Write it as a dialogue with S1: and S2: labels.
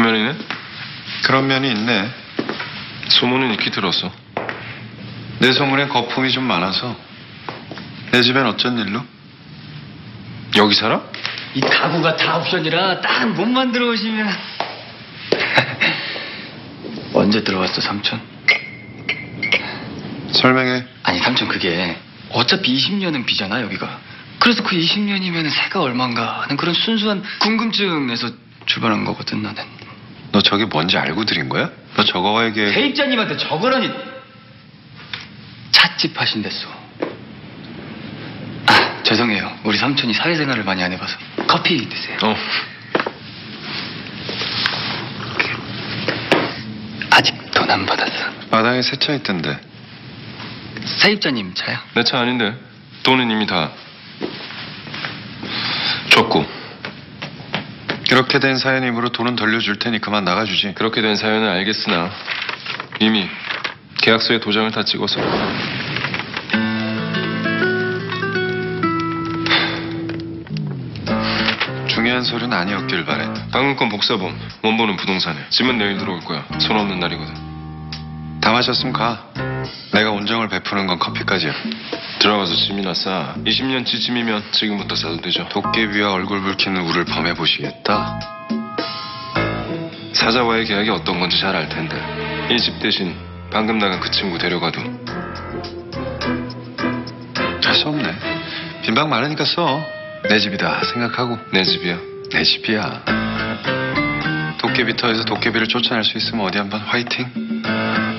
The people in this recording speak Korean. S1: 면이 있네?
S2: 그런 면이 있네.
S1: 소문은 익히 들었어.
S2: 내 소문엔 거품이 좀 많아서. 내 집엔 어쩐 일로?
S1: 여기 살아?
S3: 이 가구가 다 옵션이라 딱 몸만 들어오시면 언제 들어왔어 삼촌?
S2: 설명해.
S3: 아니 삼촌 그게 어차피 20년은 비잖아 여기가 그래서 그 20년이면 새가 얼만가 하는 그런 순수한 궁금증에서 출발한 거거든 나는
S2: 너 저게 뭔지 알고 드린 거야? 너 저거에게
S3: 세입자님한테 저거라니 찻집 하신댔소 아 죄송해요 우리 삼촌이 사회생활을 많이 안 해봐서 커피 드세요
S1: 어.
S3: 아직 돈 안 받았어
S2: 마당에 세차 있던데.
S3: 세입자님 차야?
S1: 내 차 아닌데. 돈은 이미 다 줬고.
S2: 그렇게 된 사연이므로 돈은 돌려줄 테니 그만 나가주지.
S1: 그렇게 된 사연은 알겠으나 이미 계약서에 도장을 다 찍어서
S2: 중요한 소리는 아니었길 바래.
S1: 방금 건 복사범, 원본은 부동산에. 짐은 내일 들어올 거야. 손 없는 날이거든.
S2: 다 마셨으면 가. 내가 온정을 베푸는 건 커피까지야.
S1: 들어가서 짐이나 싸. 20년치 짐이면 지금부터 싸도 되죠.
S2: 도깨비와 얼굴 붉히는 우를 범해보시겠다.
S1: 사자와의 계약이 어떤 건지 잘 알 텐데 이 집 대신 방금 나간 그 친구 데려가도
S2: 할수 없네. 빈방 많으니까 써. 내 집이다 생각하고.
S1: 내 집이야.
S2: 내 집이야. 도깨비터에서 도깨비를 쫓아낼 수 있으면 어디 한번 화이팅.